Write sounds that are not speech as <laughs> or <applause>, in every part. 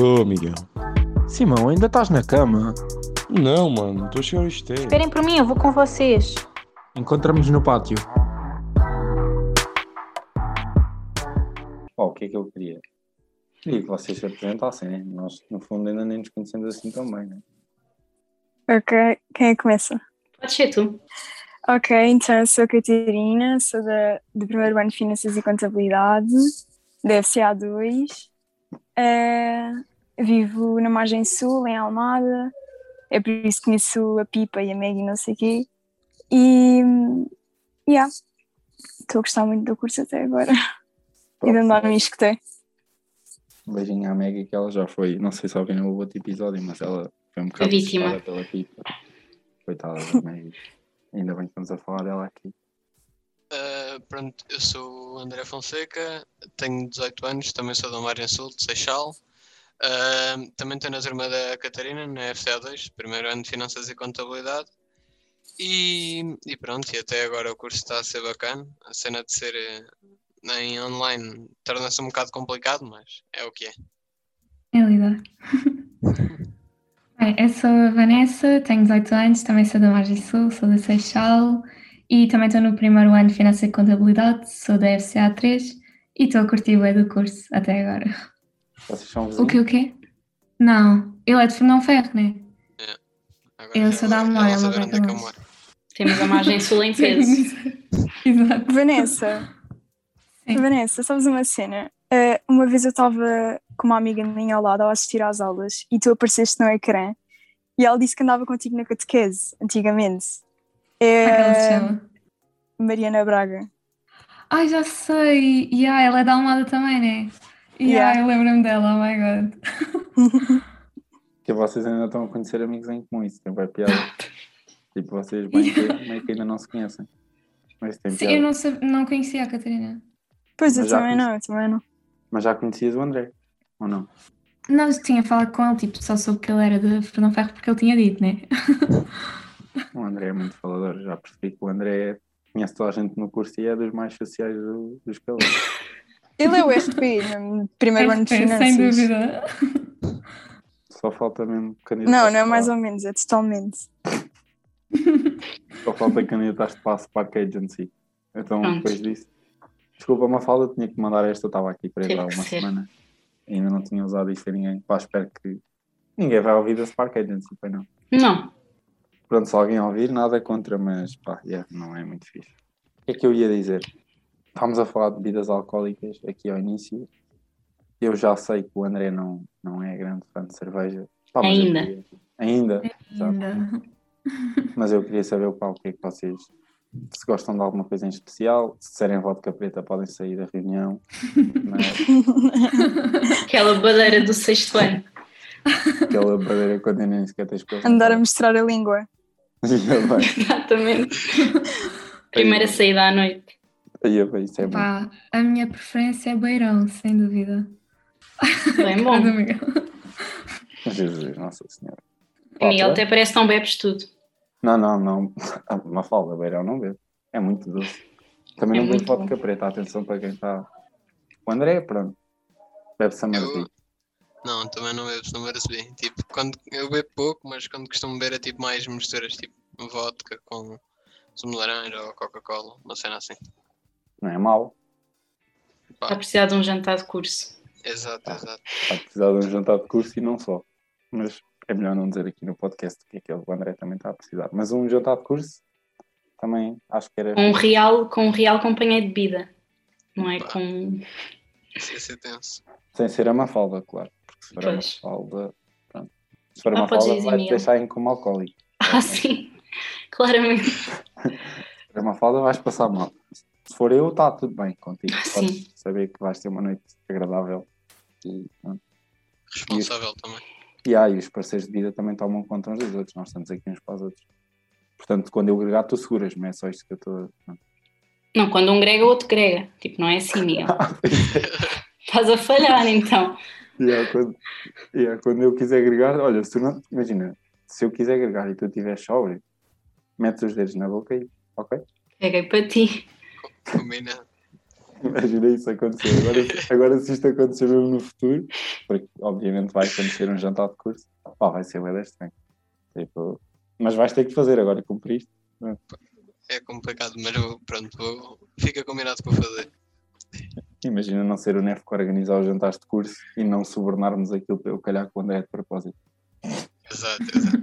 Ô, Miguel. Simão, ainda estás na cama? Não, mano, estou a chegar ao esteiro. Esperem por mim, eu vou com vocês. Encontramos-nos no pátio. Pá, o que é que eu queria? Queria que vocês se apresentassem, né? Nós, no fundo, ainda nem nos conhecemos assim tão bem, né? Ok, quem é que começa? Pode ser tu. Ok, então eu sou a Catarina, sou da, do primeiro ano de Finanças e Contabilidade, da FCA2. Eh, vivo na margem sul, em Almada, é por isso que conheço a Pipa e a Meg e não sei o quê. E, hum, yeah, estou a gostar muito do curso até agora <laughs> e de andar no escutei. Um beijinho à Maggie, que ela já foi, não sei se ouviram o outro episódio, mas ela foi um bocado vítima. assustada pela pipa. Coitada da Maggie. Ainda bem que estamos a falar dela aqui. Uh, pronto, eu sou o André Fonseca, tenho 18 anos, também sou da Margem Sul, de Seixal. Uh, também estou na turma da Catarina, na FCA2, primeiro ano de Finanças e Contabilidade. E, e pronto, e até agora o curso está a ser bacana. A cena de ser eh, em online torna-se um bocado complicado, mas é o que é. É <laughs> lidar. Bem, eu sou a Vanessa, tenho 18 anos, também sou da Margem Sul, sou da Seixal e também estou no primeiro ano de Finanças e Contabilidade, sou da FCA3 e estou a curtir bem do curso até agora. Vocês são O que, vizinhos? o quê? Não, ele é de Fernão Ferro, né? Agora já- Eu sou da já Amora, vou saber ela vai onde é que eu acabar. moro. Temos a margem sul em peso. <laughs> Exato. Vanessa, <laughs> Sim. Vanessa, sabes uma cena? Eh, uma vez eu estava com uma amiga minha ao lado a assistir às aulas e tu apareceste no ecrã e ela disse que andava contigo na catequese, antigamente. Como é que ela se É chama? Mariana Braga. Ai, já sei! Yeah, ela é da Almada também, né? Yeah, Yeah. eu lembro-me dela, oh my god. Que Tipo, vocês ainda estão a conhecer amigos em comum, isso tem bem <laughs> piada. tipo, vocês bem que, meio que ainda não se conhecem. Mas tem Sim, piada. eu não, sab- não conhecia a Catarina. Pois eu Mas já também conheci- não, eu também não. Mas já conhecias o André, ou não? Não, eu tinha falado com ele, tipo, só soube que ele era de Fernão Ferro porque ele tinha dito, né? O André é muito falador, já percebi que o André é- conhece toda a gente no curso e é dos mais sociais do- dos calores. Ele é o FP, no <laughs> primeiro ano de É, finanças. Sem dúvida. Só falta mesmo candidatar. Não, não é mais ou menos, é totalmente. um- Só falta candidatar-te para a Spark Agency. Então, Pronto. depois disso. Desculpa, uma falda, tinha que mandar esta. Eu estava aqui Teve presa há uma que ser. semana. Ainda não tinha usado isto a ninguém. Pá, espero que ninguém vai ouvir da Spark Agency, pois não. Não. Pronto, se alguém ouvir, nada contra, mas pá, yeah, não é muito fixe. O que é que eu ia dizer? Estávamos a falar de bebidas alcoólicas aqui ao início. Eu já sei que o André não, não é grande fã de cerveja. Pá, mas eu Ainda. queria- Ainda. exato. Ainda. Mas eu queria saber pá, o que é que vocês. Se gostam de alguma coisa em especial, se disserem vodka preta, podem sair da reunião. Mas Aquela badeira do sexto ano. aquela bandeira quando eu nem sequer tens coisas. Andar a mostrar a língua. <laughs> Ia Exatamente. Primeira saída à noite. bem, ia bem, isso é bom. Pá, a minha preferência é beirão, sem dúvida. Bem bom. Obrigada, Miguel. Jesus, Nossa Senhora. O Miguel Pá, até parece que não bebes tudo. Não, não, não. <laughs> Ah, Uma falda, beirão não bebo. É muito doce. Também É não bebo muito vodka preta, atenção para quem está. O André, pronto. Bebe Summerfield. Não, também não bebo, não percebi. Tipo, quando eu bebo pouco, mas quando costumo beber é tipo mais misturas, tipo vodka com sumo de laranja ou Coca-Cola, uma cena assim. Não é mau. Está a precisar de um jantar de curso. Exato, exato. Vai precisar de um jantar de curso e não só. Mas é melhor não dizer aqui no podcast o que é que o André também está a precisar. Mas um jantar de curso também acho que era. Com um real, com um real companheiro de bebida. Não é com. Isso ia ser tenso. Sem ser a Mafalda, claro. Porque se for a Pois. Mafalda. Pronto. Se for a Ah, podes Mafalda, dizer, vai te Miguel. deixar em como alcoólico. <laughs> Ah, sim. Claramente. Se for a Mafalda, vais passar mal. Se for eu, está tudo bem contigo. Ah, Podes saber que vais ter uma noite agradável. E, pronto. Responsável também. e há, e os parceiros de vida também tomam conta uns dos outros. Nós estamos aqui uns para os outros. Portanto, quando eu gregar, tu seguras, mas é só isto que eu estou. a- é? Não, quando um grega, outro grega. Tipo, não é assim, Miguel. Estás a falhar, então. E é quando, e é quando eu quiser agregar, olha, se tu não, imagina, se eu quiser agregar e tu estiver sóbrio, metes os dedos na boca e, ok? Peguei para ti. Combina. <laughs> Imagina isso acontecer. Agora, agora se isto acontecer mesmo no futuro, porque obviamente vai acontecer um jantar de curso, pá, vai ser bem estranho. Tipo, mas vais ter que fazer agora, cumpriste. É complicado, mas eu, pronto, vou- fica combinado para fazer. Imagina não ser o Nef que organizar os jantares de curso e não subornarmos aquilo para eu calhar com o André de propósito. Exato, exato.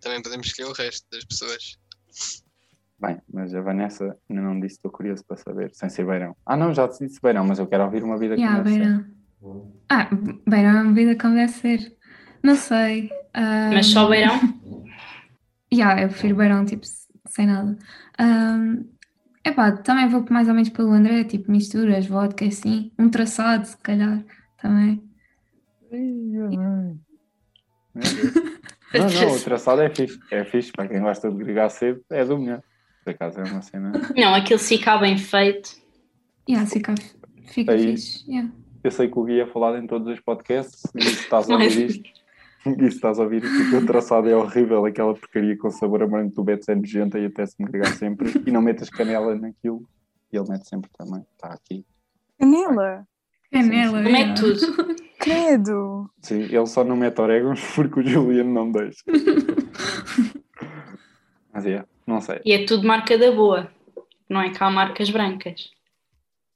Também podemos escolher o resto das pessoas. Bem, mas a Vanessa ainda não disse, estou curioso para saber, sem ser beirão. Ah não, já te disse beirão, mas eu quero ouvir uma vida Yeah, como deve ser. beirão. Ah, beirão é uma bebida como deve ser. Não sei. ah, Mas só beirão? Yeah, eu prefiro beirão, tipo, s- sem nada. Ahm, epá, também vou mais ou menos pelo André, tipo, misturas, vodka, assim. Um traçado, se calhar, também. Meu Deus. Não, não, o traçado é fixe. É fixe para quem gosta de gregar cedo, é do melhor. Por acaso é uma cena. Não, aquilo fica bem feito. Yeah, fica, fica Aí. fixe. Yeah. Eu sei que o Gui é falado em todos os podcasts e se estás a Mas- ouvir isto, <laughs> e se estás a ouvir isto, o teu traçado é horrível, aquela porcaria com sabor a branco, tu metes é nojenta e até se me gregar sempre e não metas canela naquilo. E ele mete sempre também, está aqui. Canela, Canela, Como é yeah. tudo? credo. Sim, ele só não mete orégãos <laughs> porque o Juliano não deixa. Mas é, não sei. E é tudo marca da boa. Não é cá marcas brancas.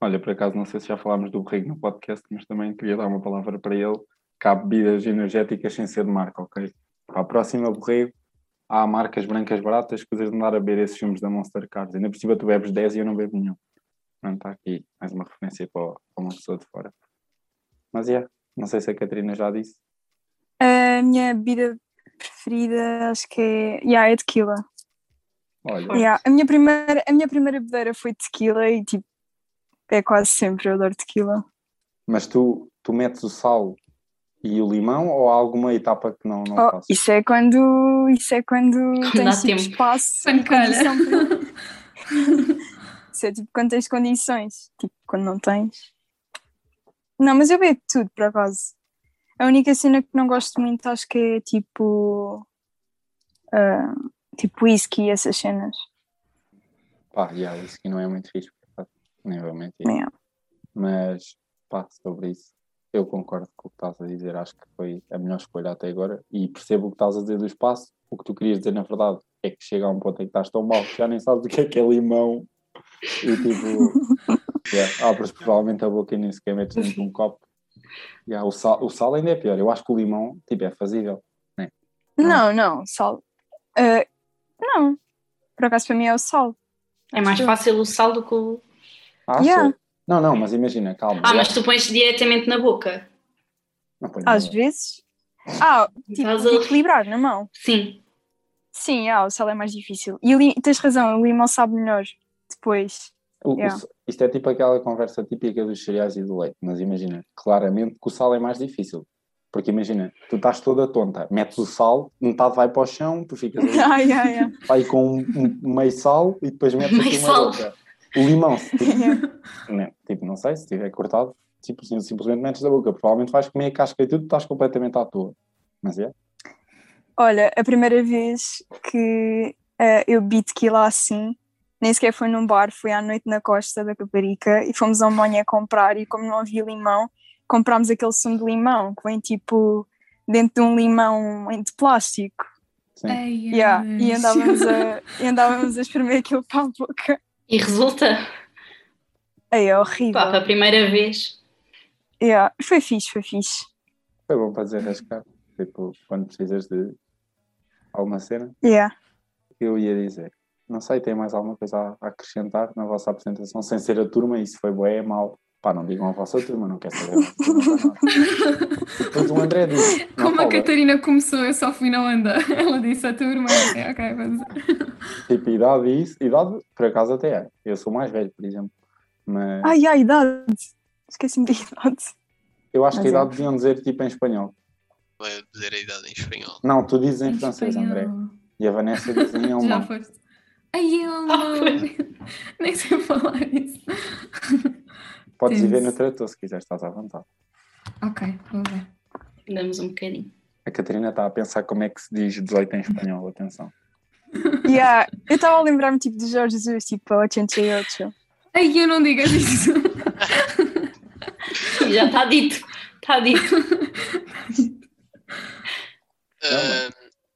Olha, por acaso não sei se já falámos do Borrego no podcast, mas também queria dar uma palavra para ele. Que há bebidas energéticas sem ser de marca, ok? Para a próxima Borrego, há marcas brancas baratas, coisas de andar a beber esses filmes da Monster Cards. Ainda por cima tu bebes 10 e eu não bebo nenhum. Pronto, está aqui mais uma referência para, o- para uma pessoa de fora. Mas é, não sei se a Catarina já disse. A minha bebida preferida acho que é, yeah, é tequila. Olha, Yeah, A, minha primeira, a minha primeira bebedeira foi tequila e tipo, é quase sempre, eu adoro tequila. mas tu, tu metes o sal e o limão ou há alguma etapa que não, não Oh, faças? isso é quando, isso é quando, tens dá tipo, tempo. espaço Quando e calha. condição <laughs> para- Isso é tipo quando tens condições, tipo quando não tens. Não, mas eu bebo tudo por acaso. A única cena que não gosto muito acho que é tipo. ah, tipo whisky e essas cenas. Pá, yeah, isso que não é muito fixe, por acaso. nem vou mentir. É. Mas, pá, sobre isso, eu concordo com o que estás a dizer. Acho que foi a melhor escolha até agora. E percebo o que estás a dizer do espaço. O que tu querias dizer, na verdade, é que chega a um ponto em que estás tão mal que já nem sabes o que é que é limão. E tipo, <laughs> yeah, abres provavelmente a boca e nem sequer metes dentro de um copo. Yeah, o, sal, o sal ainda é pior. Eu acho que o limão, tipo, é fazível. Não, não, sal. Ah, não, por acaso para mim é o sal. É mais fácil o sal do que o. Ah, Yeah. sim. Não, não, mas imagina, calma. Ah, eu mas acho- tu pões diretamente na boca. Não, pois Às não. vezes. Ah, tipo, Estás a- de equilibrar na mão. Sim. Sim, ah, o sal é mais difícil. E ali, tens razão, o limão sabe melhor depois. O- o Yeah. s- isto é tipo aquela conversa típica dos cereais e do leite, mas imagina, claramente que o sal é mais difícil. Porque imagina, tu estás toda tonta, metes o sal, metade vai para o chão, tu ficas <laughs> ali, <laughs> Ai, ai, ai. vai com um, um meio sal e depois metes aqui Meio uma sal. outra. O limão, se tipo, não, tipo, não sei, se tiver cortado, tipo, sim- simplesmente metes da boca. Provavelmente vais comer a casca e tudo, estás completamente à toa. Mas é, Olha, a primeira vez que ah, eu bebi tequila assim, nem sequer foi num bar, foi à noite na costa da Caparica e fomos ao Monha comprar e como não havia limão, comprámos aquele sumo de limão que vem tipo dentro de um limão de plástico. sim. É. Ai, ai, Yeah, E, Deus. andávamos a, <laughs> e andávamos a espremer aquilo para a boca. E resulta. Ai, é horrível. Pá, para a primeira vez. Yeah, Foi fixe, foi fixe. Foi bom para desenrascar, tipo, quando precisas de alguma cena. Yeah. que eu ia dizer. Não sei, tem mais alguma coisa a- a acrescentar na vossa apresentação, sem ser a turma, isso foi bué, é mau. Pá, não digam a vossa turma, não quer saber. a vossa turma, não dá nada. E Depois o André disse. não Como é a fala. Catarina começou, eu só fui na onda. <laughs> Ela disse à turma. É, ok, vamos. Tipo, idade e isso. Idade, por acaso, até é. Eu sou mais velho, por exemplo. Mas Ai, ai, idade. Esqueci-me da idade. eu acho que a mas é. idade deviam dizer tipo em espanhol. Vai dizer a idade em espanhol. Não, tu dizes em francês, Espanhol. um André. É um E a Vanessa diz em Já alemão. foste. Ai, eu não. <laughs> Nem sei falar isso. Podes ir ver Sim. no trator se quiseres, estás à vontade. Ok, vou ver. Damos um bocadinho. <laughs> A Catarina está a pensar como é que se diz 18 em espanhol, atenção. Yeah, eu estava a lembrar-me tipo de Jorge Jesus, tipo 88. Ai, eu não digas <laughs> isso. Sim, já está dito. Está dito. Ah,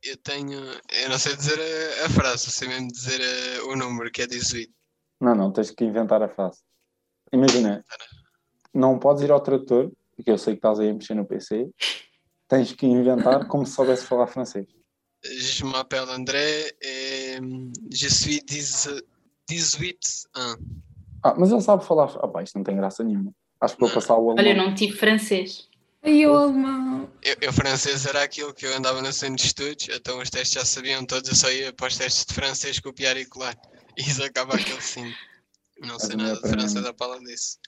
eu tenho. Eu não sei dizer a, a frase, eu sei mesmo dizer ah, o número, que é 18. Não, não, tens que inventar a frase. Imagina, não podes ir ao tradutor, porque eu sei que estás aí a mexer no PC, tens que inventar como se soubesse falar francês. Je m'appelle André e je suis 10 18 ans. Ah, mas ele sabe falar. Ah, pá, isto não tem graça nenhuma. Acho que vou passar o Olha, eu alemão. não tive francês. Ai, eu alemão. Eu, eu francês era aquilo que eu andava no centro de estudos, então os testes já sabiam todos, eu só ia para os testes de francês copiar e colar. E isso acaba aquele sim. Não sei a minha nada de para mim- francês a é falar disso.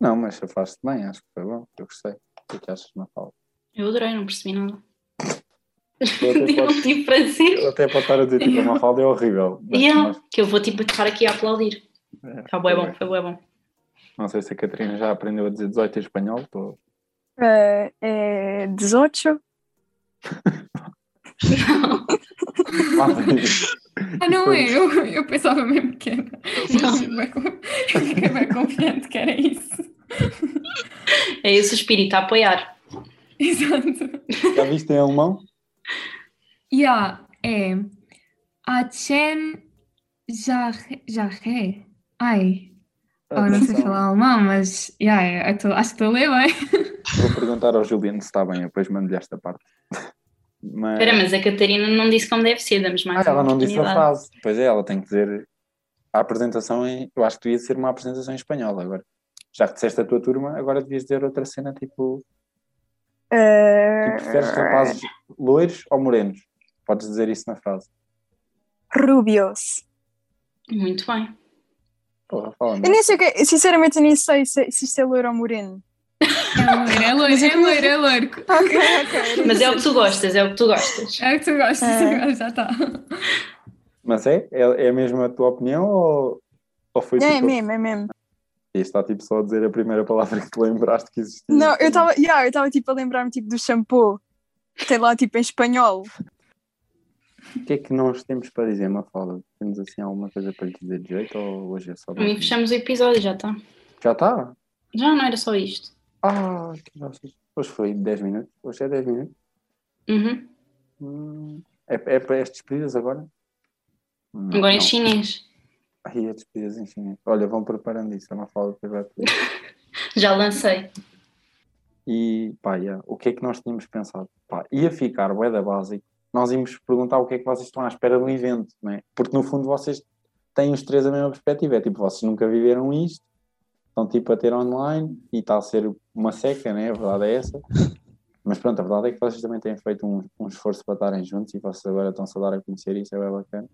Não, mas afaste bem, acho que foi bom. Eu gostei. O que é que achas, Natal? Eu adorei, não percebi nada. Eu até <laughs> Eu não posso- tive francês. eu até para estar a dizer tipo, a Mafalda é horrível. Mas- Yeah, mas- que eu vou tipo estar aqui a aplaudir. É, Tá bué bom, foi bué bom. <laughs> Não sei se a Catarina já aprendeu a dizer 18 em espanhol. <laughs> Estou Eh, é 18. Ah, não é? Eu, eu pensava mesmo que era. Eu Não, faço ideia. eu fiquei bem confiante que era isso. <laughs> É esse o espírito, a apoiar. Exato. Já viste em alemão? Ja, é. A Chen Jarre. Ai, eu Oh, não sei Atenção. falar alemão, mas ja, é, eu tô- acho que estou a ler bem. Vou perguntar ao Juliano se está bem, eu depois mando-lhe esta parte. Mas... Espera, mas a Catarina não disse como deve ser, damos É. Ah, mais ela uma não disse a oportunidade. frase. Pois é, ela tem que dizer a apresentação em. Eu acho que devia ser uma apresentação em espanhol agora. Já que disseste a tua turma, agora devias dizer outra cena tipo. Tu Eh, preferes rapazes loiros ou morenos? Podes dizer isso na frase. Rubios. Muito bem. Porra, fala Eu nem sei o que é- sinceramente, eu nem sei se, se isto é loiro ou moreno. <laughs> É loiro, é loiro, é loiro, é loiro. Ok, ok. Mas é o que tu gostas, é o que tu gostas. É o que tu gostas, É. <laughs> agora já tá. está. Mas é? é? É mesmo a tua opinião ou, ou foi É tipo. mesmo, é mesmo. Isto está tipo só a dizer a primeira palavra que te lembraste que existia. Não, eu estava yeah, eu estava tipo a lembrar-me tipo, do shampoo. Tem lá tipo em espanhol. O que é que nós temos para dizer, Mafalda? Temos assim alguma coisa para lhe dizer de jeito ou hoje é só. Para mim fechamos o episódio, já está. Já está? Já não era só isto. Ah, que graças. Hoje foi 10 minutos. Hoje é 10 minutos. Uhum. Hum, É, é para as despedidas agora? Hum, Agora em não. chinês. Ai, as despedidas em chinês. Olha, vão preparando isso. É uma fala que vai pedir. Já É. lancei. E pá, yeah, o que é que nós tínhamos pensado? Pá, ia ficar bué da básico. Nós íamos perguntar o que é que vocês estão à espera do evento, não é? Porque no fundo vocês têm os três a mesma perspectiva. É tipo, vocês nunca viveram isto, estão tipo a ter online e está a ser uma seca, né? A verdade é essa. Mas pronto, a verdade é que vocês também têm feito um, um esforço para estarem juntos e vocês agora estão-se a dar a conhecer isso, é bem bacana.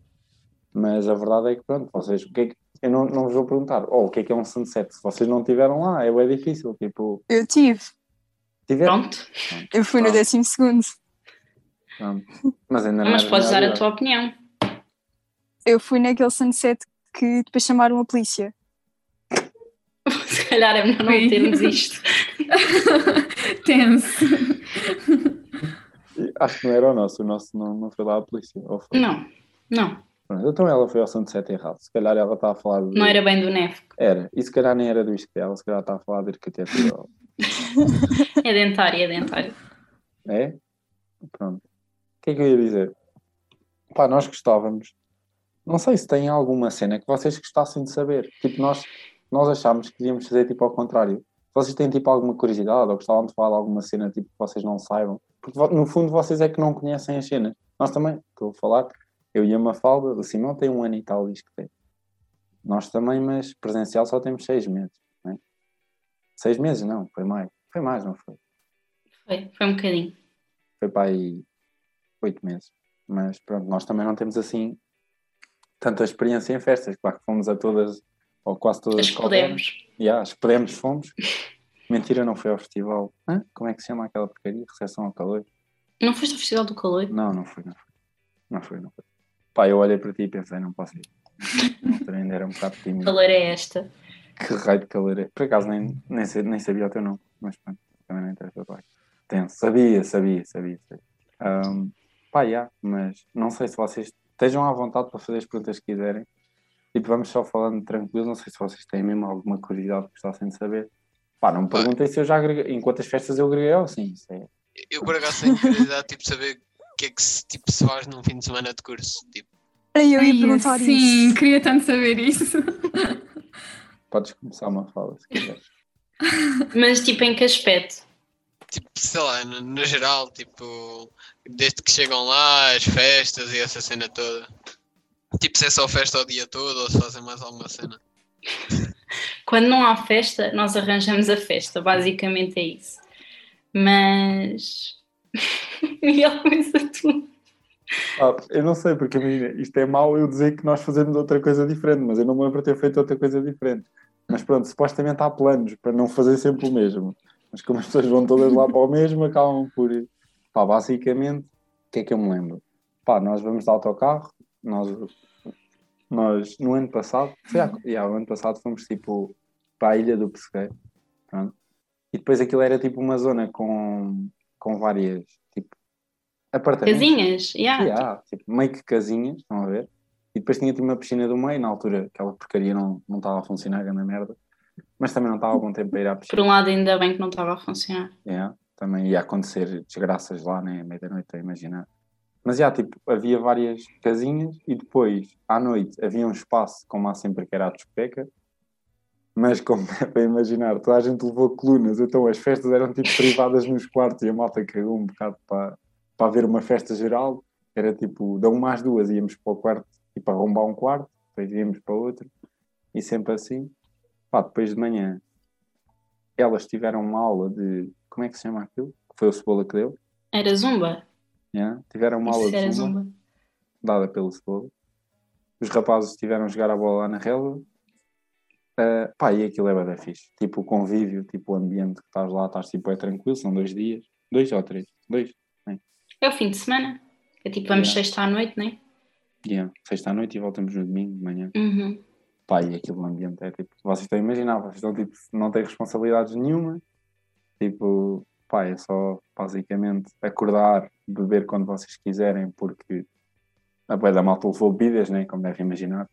Mas a verdade é que pronto, vocês, o que é que, eu não, não vos vou perguntar, oh, o que é que é um sunset? Se vocês não tiveram lá, é bem difícil, tipo, Eu tive. tiveram. Pronto. Eu fui no Pronto. décimo segundo. Pronto. Mas ainda não Mas era podes dar a realidade. tua opinião. <laughs> Eu fui naquele sunset que depois chamaram a polícia. Se calhar é melhor não Sim. termos isto. Tenso. Acho que não era o nosso, o nosso não, não foi lá a polícia. Ou foi? Não. Não. Pronto, então ela foi ao sunset errado. Se calhar ela está a falar de. Não era bem do neve. Era. E se calhar nem era do isque dela, se calhar está a falar de arquitetura. ou- É dentário, é dentário. É? Pronto. O que é que eu ia dizer? Pá, nós gostávamos. Não sei se tem alguma cena que vocês gostassem de saber. Tipo, nós, nós achámos que íamos fazer tipo ao contrário. Vocês têm tipo alguma curiosidade ou gostavam de falar de alguma cena tipo que vocês não saibam? Porque vo- no fundo vocês é que não conhecem as cenas. Nós também, estou a falar, eu e a Mafalda, o Simão tem um ano e tal, diz que tem. Nós também, mas presencial só temos seis meses. Né? Seis meses não, foi mais. Foi mais, não foi? Foi, foi um bocadinho. foi para aí oito meses. Mas pronto, nós também não temos assim tanta experiência em festas. Claro que fomos a todas, ou quase todas Mas que houveram. podemos. Yeah, as podemos, fomos. <laughs> Mentira, não foi ao festival. Hã? Como é que se chama aquela porcaria? Recepção ao calor? Não foste ao Festival do Calor? Não, não foi, não foi. Não foi, não foi. Pá, eu olhei para ti e pensei, não posso ir. Na altura ainda era um bocado O tímido. calor é esta. Que raio de calor é? Por acaso nem, nem, sei- nem sabia o teu nome, mas pronto, também não interessa. Pai. Tenso. Sabia, sabia, sabia. sabia. Ahm, pá, já, mas não sei se vocês estejam à vontade para fazer as perguntas que quiserem. Tipo, vamos só falando tranquilo, não sei se vocês têm mesmo alguma curiosidade que gostassem de saber. Pá, não me perguntem se eu já agreguei, em quantas festas eu agreguei ou sim, isso é. Eu por acaso tenho curiosidade tipo, de saber o que é que se, tipo, se faz num fim de semana de curso. Tipo, Aí eu ia Ai, perguntar Sim, isso. queria tanto saber isso. Podes começar uma fala se quiseres. Mas tipo, em que aspecto? tipo, sei lá, no, no geral, tipo, desde que chegam lá, as festas e essa cena toda. Tipo, se é só festa o dia todo ou se fazem mais alguma cena. Quando não há festa, nós arranjamos a festa, basicamente é isso. Mas. <laughs> Miguel, começa tu. Ah, eu não sei, porque imagina, isto é mau eu dizer que nós fazemos outra coisa diferente, mas eu não me lembro de ter feito outra coisa diferente. Mas pronto, supostamente há planos para não fazer sempre o mesmo. Mas como as pessoas vão todas lá para o mesmo, acabam por. Pá, basicamente, o que é que eu me lembro? Pá, nós vamos de autocarro, nós, nós no ano passado, foi há, yeah, o ano passado fomos tipo para a Ilha do Pesqueiro, pronto. E depois aquilo era tipo uma zona com, com várias, tipo, apartamentos. Casinhas? Yeah. Yeah, tipo, meio que casinhas, estão a ver? E depois tinha tipo, uma piscina do meio, na altura aquela porcaria não, não estava a funcionar, grande merda. Mas também não estava bom tempo para ir à Por um piscina. lado, ainda bem que não estava a funcionar. Yeah, É, também ia acontecer desgraças lá, né? Meia da noite, a imaginar. Mas já, tipo, havia várias casinhas e depois, à noite, havia um espaço, como há sempre, que era a discoteca. Mas como é para imaginar, toda a gente levou colunas, então as festas eram tipo privadas nos quartos e a malta cagou um bocado para, para haver uma festa geral. Era tipo, dão uma às duas, íamos para o quarto, tipo, arrombar um quarto, depois íamos para outro e sempre assim. Pá, depois de manhã, elas tiveram uma aula de. Como é que se chama aquilo? Que foi o Cebola que deu. Era zumba? yeah? Tiveram uma aula Isso era de Zumba zumba. dada pelo Cebola. Os rapazes tiveram a jogar a bola lá na relva. Ah, pá, e aquilo é bada fixe. Tipo, o convívio, tipo, o ambiente que estás lá, estás tipo, é tranquilo, são dois dias. Dois ou três? Dois. É o fim de semana. É tipo, vamos Yeah. sexta à noite, não é? Yeah. Sexta à noite e voltamos no domingo de manhã. Uhum. Pá, e aquilo no ambiente é tipo, vocês estão a imaginar, vocês estão tipo, não têm responsabilidades nenhuma. Tipo, pá, é só basicamente acordar, beber quando vocês quiserem, porque a boia da malta levou bebidas, né? Como devem imaginar.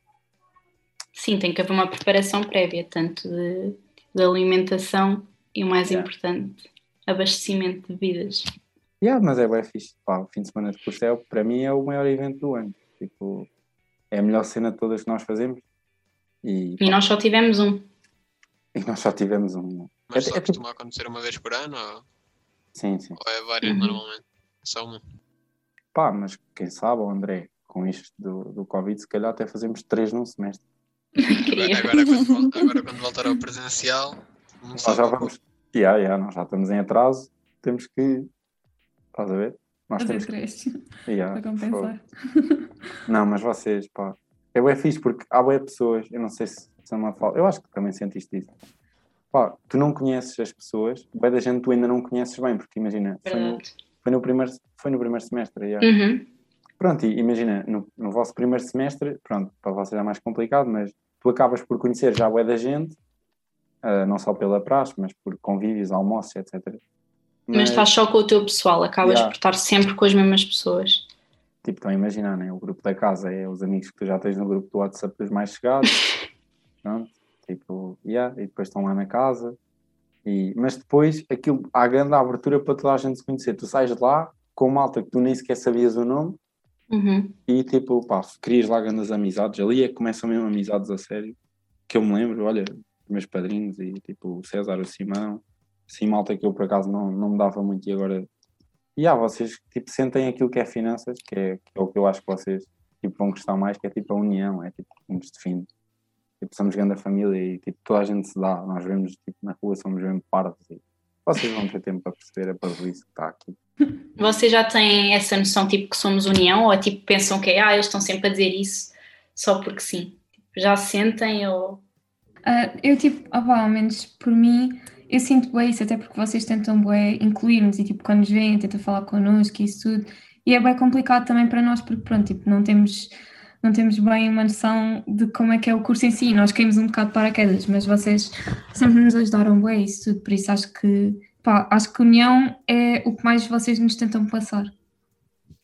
Sim, tem que haver uma preparação prévia, tanto de, de alimentação e o mais Yeah. importante, abastecimento de bebidas. Yeah, mas é bem fixe. Pá, o fim de semana de curso é, para mim é o maior evento do ano. Tipo, é a melhor cena de todas que nós fazemos e, E nós só tivemos um. <laughs> e nós só tivemos um. Mas É- só é tipo- costuma acontecer uma vez por ano ou, Sim, sim. ou é várias Uhum. normalmente? Só uma. Pá, mas quem sabe, o André, com isto do, do Covid, se calhar até fazemos três num semestre. Queria. Agora, quando, vol- agora quando voltar ao <laughs> presencial, não Nós sabe já o que- vamos. Yeah, yeah, nós já estamos em atraso, temos que. Estás a ver? Nós temos Fazer que. três, Yeah, para compensar. fogo. Não, mas vocês, pá. É bué fixe porque há bué pessoas, eu não sei se são uma fala, eu acho que também sentiste isso. Pá, tu não conheces as pessoas, bué da gente tu ainda não conheces bem, porque imagina, foi no, Verdade. foi no, primeiro, foi no primeiro semestre, yeah. Uhum. Pronto, e imagina, no, no vosso primeiro semestre, pronto, para vocês é mais complicado, mas tu acabas por conhecer já a bué da gente, ah, não só pela praxe, mas por convívios, almoços, etc. Mas estás só com o teu pessoal, acabas Yeah. por estar sempre com as mesmas pessoas. tipo, estão a imaginar, né? O grupo da casa é os amigos que tu já tens no grupo do WhatsApp dos mais chegados. Pronto, tipo, yeah, e depois estão lá na casa. E, mas depois aquilo, há grande abertura para toda a gente se conhecer. Tu sais de lá com malta que tu nem sequer sabias o nome Uhum. e tipo, pá, crias lá grandes amizades. Ali é que começam mesmo amizades a sério. Que eu me lembro, olha, meus padrinhos e tipo o César, o Simão, assim, malta que eu por acaso não, não me dava muito e agora. E há vocês que tipo, sentem aquilo que é finanças, que é, que é o que eu acho que vocês tipo, vão gostar mais, que é tipo a união, é tipo que nos define. Tipo, somos grande a família e tipo, toda a gente se dá. Nós vemos tipo, na rua, somos mesmo pardos e vocês vão ter tempo para perceber a parvoíce que está aqui. Vocês já têm essa noção, tipo, que somos união? Ou, tipo, pensam que é, ah, eles estão sempre a dizer isso só porque sim? Tipo, Já sentem ou... Ah, eu tipo, opá, ao menos por mim, eu sinto bué isso, até porque vocês tentam bué incluir-nos e tipo quando nos vêm, tentam falar connosco e isso tudo. E é bué complicado também para nós, porque pronto, tipo, não temos, não temos bem uma noção de como é que é o curso em si, nós caímos um bocado de paraquedas, mas vocês sempre nos ajudaram bué e isso tudo, por isso acho que, pá, acho que união é o que mais vocês nos tentam passar.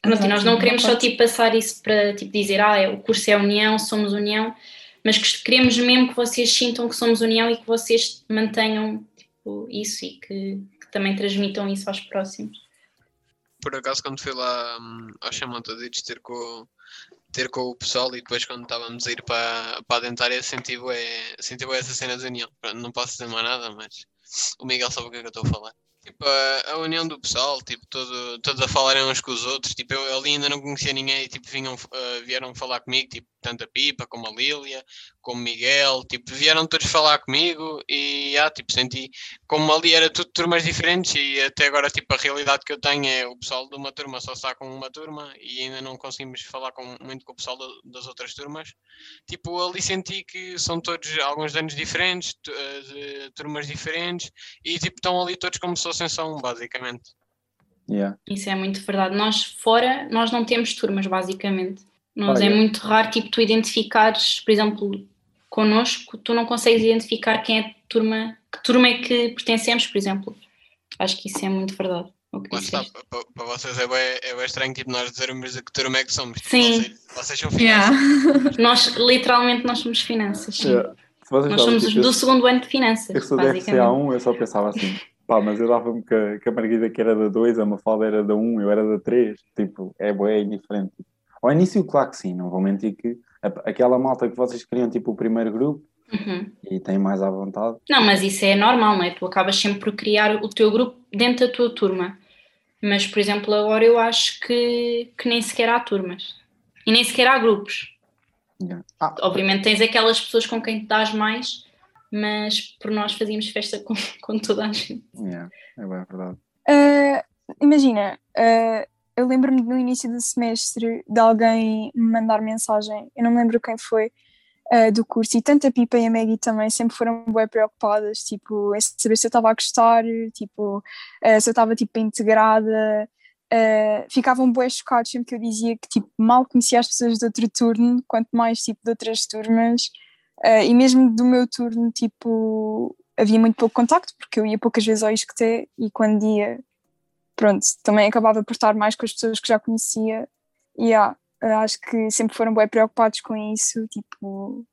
Pronto, e nós não Apesar de- queremos só, tipo, passar isso para, tipo, dizer, ah, é- o curso é união, somos união. mas que- queremos mesmo que vocês sintam que somos união e que vocês mantenham tipo, isso e que, que também transmitam isso aos próximos. Por acaso, quando fui lá hum, ao Chamantaditos ter com, ter com o pessoal e depois quando estávamos a ir para, para a dentária, senti bué, senti bué essa cena de união. Pronto, não posso dizer mais nada, mas o Miguel sabe o que é que eu estou a falar. Tipo, a, a união do pessoal, tipo, todo, todos a falarem uns com os outros. Tipo, eu ali ainda não conhecia ninguém e tipo, vinham, ah, vieram falar comigo, tipo, tanto a Pipa como a Lília, como o Miguel, tipo, vieram todos falar comigo e, ah, tipo, senti, como ali era tudo turmas diferentes e até agora tipo a realidade que eu tenho é o pessoal de uma turma só está com uma turma e ainda não conseguimos falar com, muito com o pessoal do- das outras turmas tipo ali senti que são todos alguns anos diferentes tu- eh, de turmas diferentes e tipo estão ali todos como se fossem só um basicamente Yeah. Isso é muito verdade. Nós fora, nós não temos turmas, basicamente. Nós Olha. é muito raro, tipo, tu identificares, por exemplo, connosco, tu não consegues identificar quem é a turma, que turma é que pertencemos, por exemplo. Acho que isso é muito verdade. o que lá está disseste. para, vocês é bem, é bué estranho tipo nós dizermos de que turma é que somos Tipo, Sim. vocês, vocês são Yeah. finanças. Nós, literalmente, nós somos finanças. sim. Yeah. Se vocês Nós sabem, somos tipo, do eu- segundo ano de finanças, Eu sou da basicamente. RCA1, eu só pensava assim, pá, mas eu dava-me que, a- que a Margarida que era da 2, a Mafalda era da 1, eu era da 3, tipo, é boé, é indiferente. Ao início, claro que sim, não vou mentir que a- aquela malta que vocês queriam, tipo, o primeiro grupo, Uhum. e tem mais à vontade, Não, mas isso é normal, não é? Tu acabas sempre por criar o teu grupo dentro da tua turma. Mas, por exemplo, agora eu acho que, que nem sequer há turmas. E nem sequer há grupos. yeah. ah, Obviamente tens aquelas pessoas com quem te dás mais, mas por nós fazíamos festa com, <laughs> com toda a gente. yeah, é bem verdade. Ah, imagina, ah, eu lembro-me no início do semestre de alguém me mandar mensagem, eu não me lembro quem foi ah, do curso, e tanto a Pipa e a Maggie também sempre foram bem preocupadas, tipo, em saber se eu estava a gostar, tipo, ah, se eu estava, tipo, integrada, ah, ficavam bem chocados sempre que eu dizia que, tipo, mal conhecia as pessoas de outro turno, quanto mais, tipo, de outras turmas, ah, e mesmo do meu turno, tipo, havia muito pouco contacto, porque eu ia poucas vezes ao ISCTE e quando ia, pronto, também acabava por estar mais com as pessoas que já conhecia. E ah, acho que sempre foram bem preocupados com isso, tipo,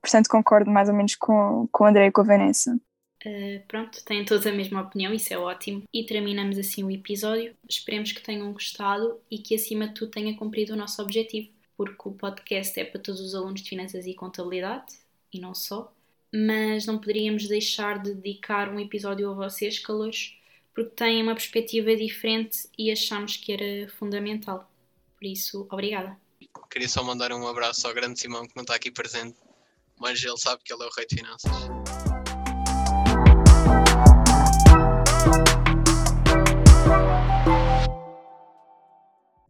portanto concordo mais ou menos com, com o André e com a Vanessa. Eh, Pronto, têm todos a mesma opinião, isso é ótimo. E terminamos assim o episódio. Esperemos que tenham gostado e que, acima de tudo, tenha cumprido o nosso objetivo, porque o podcast é para todos os alunos de Finanças e Contabilidade e não só. Mas não poderíamos deixar de dedicar um episódio a vocês, calores, porque têm uma perspectiva diferente e achamos que era fundamental. Por isso, obrigada. queria só mandar um abraço ao grande Simão que não está aqui presente mas ele sabe que ele é o rei de finanças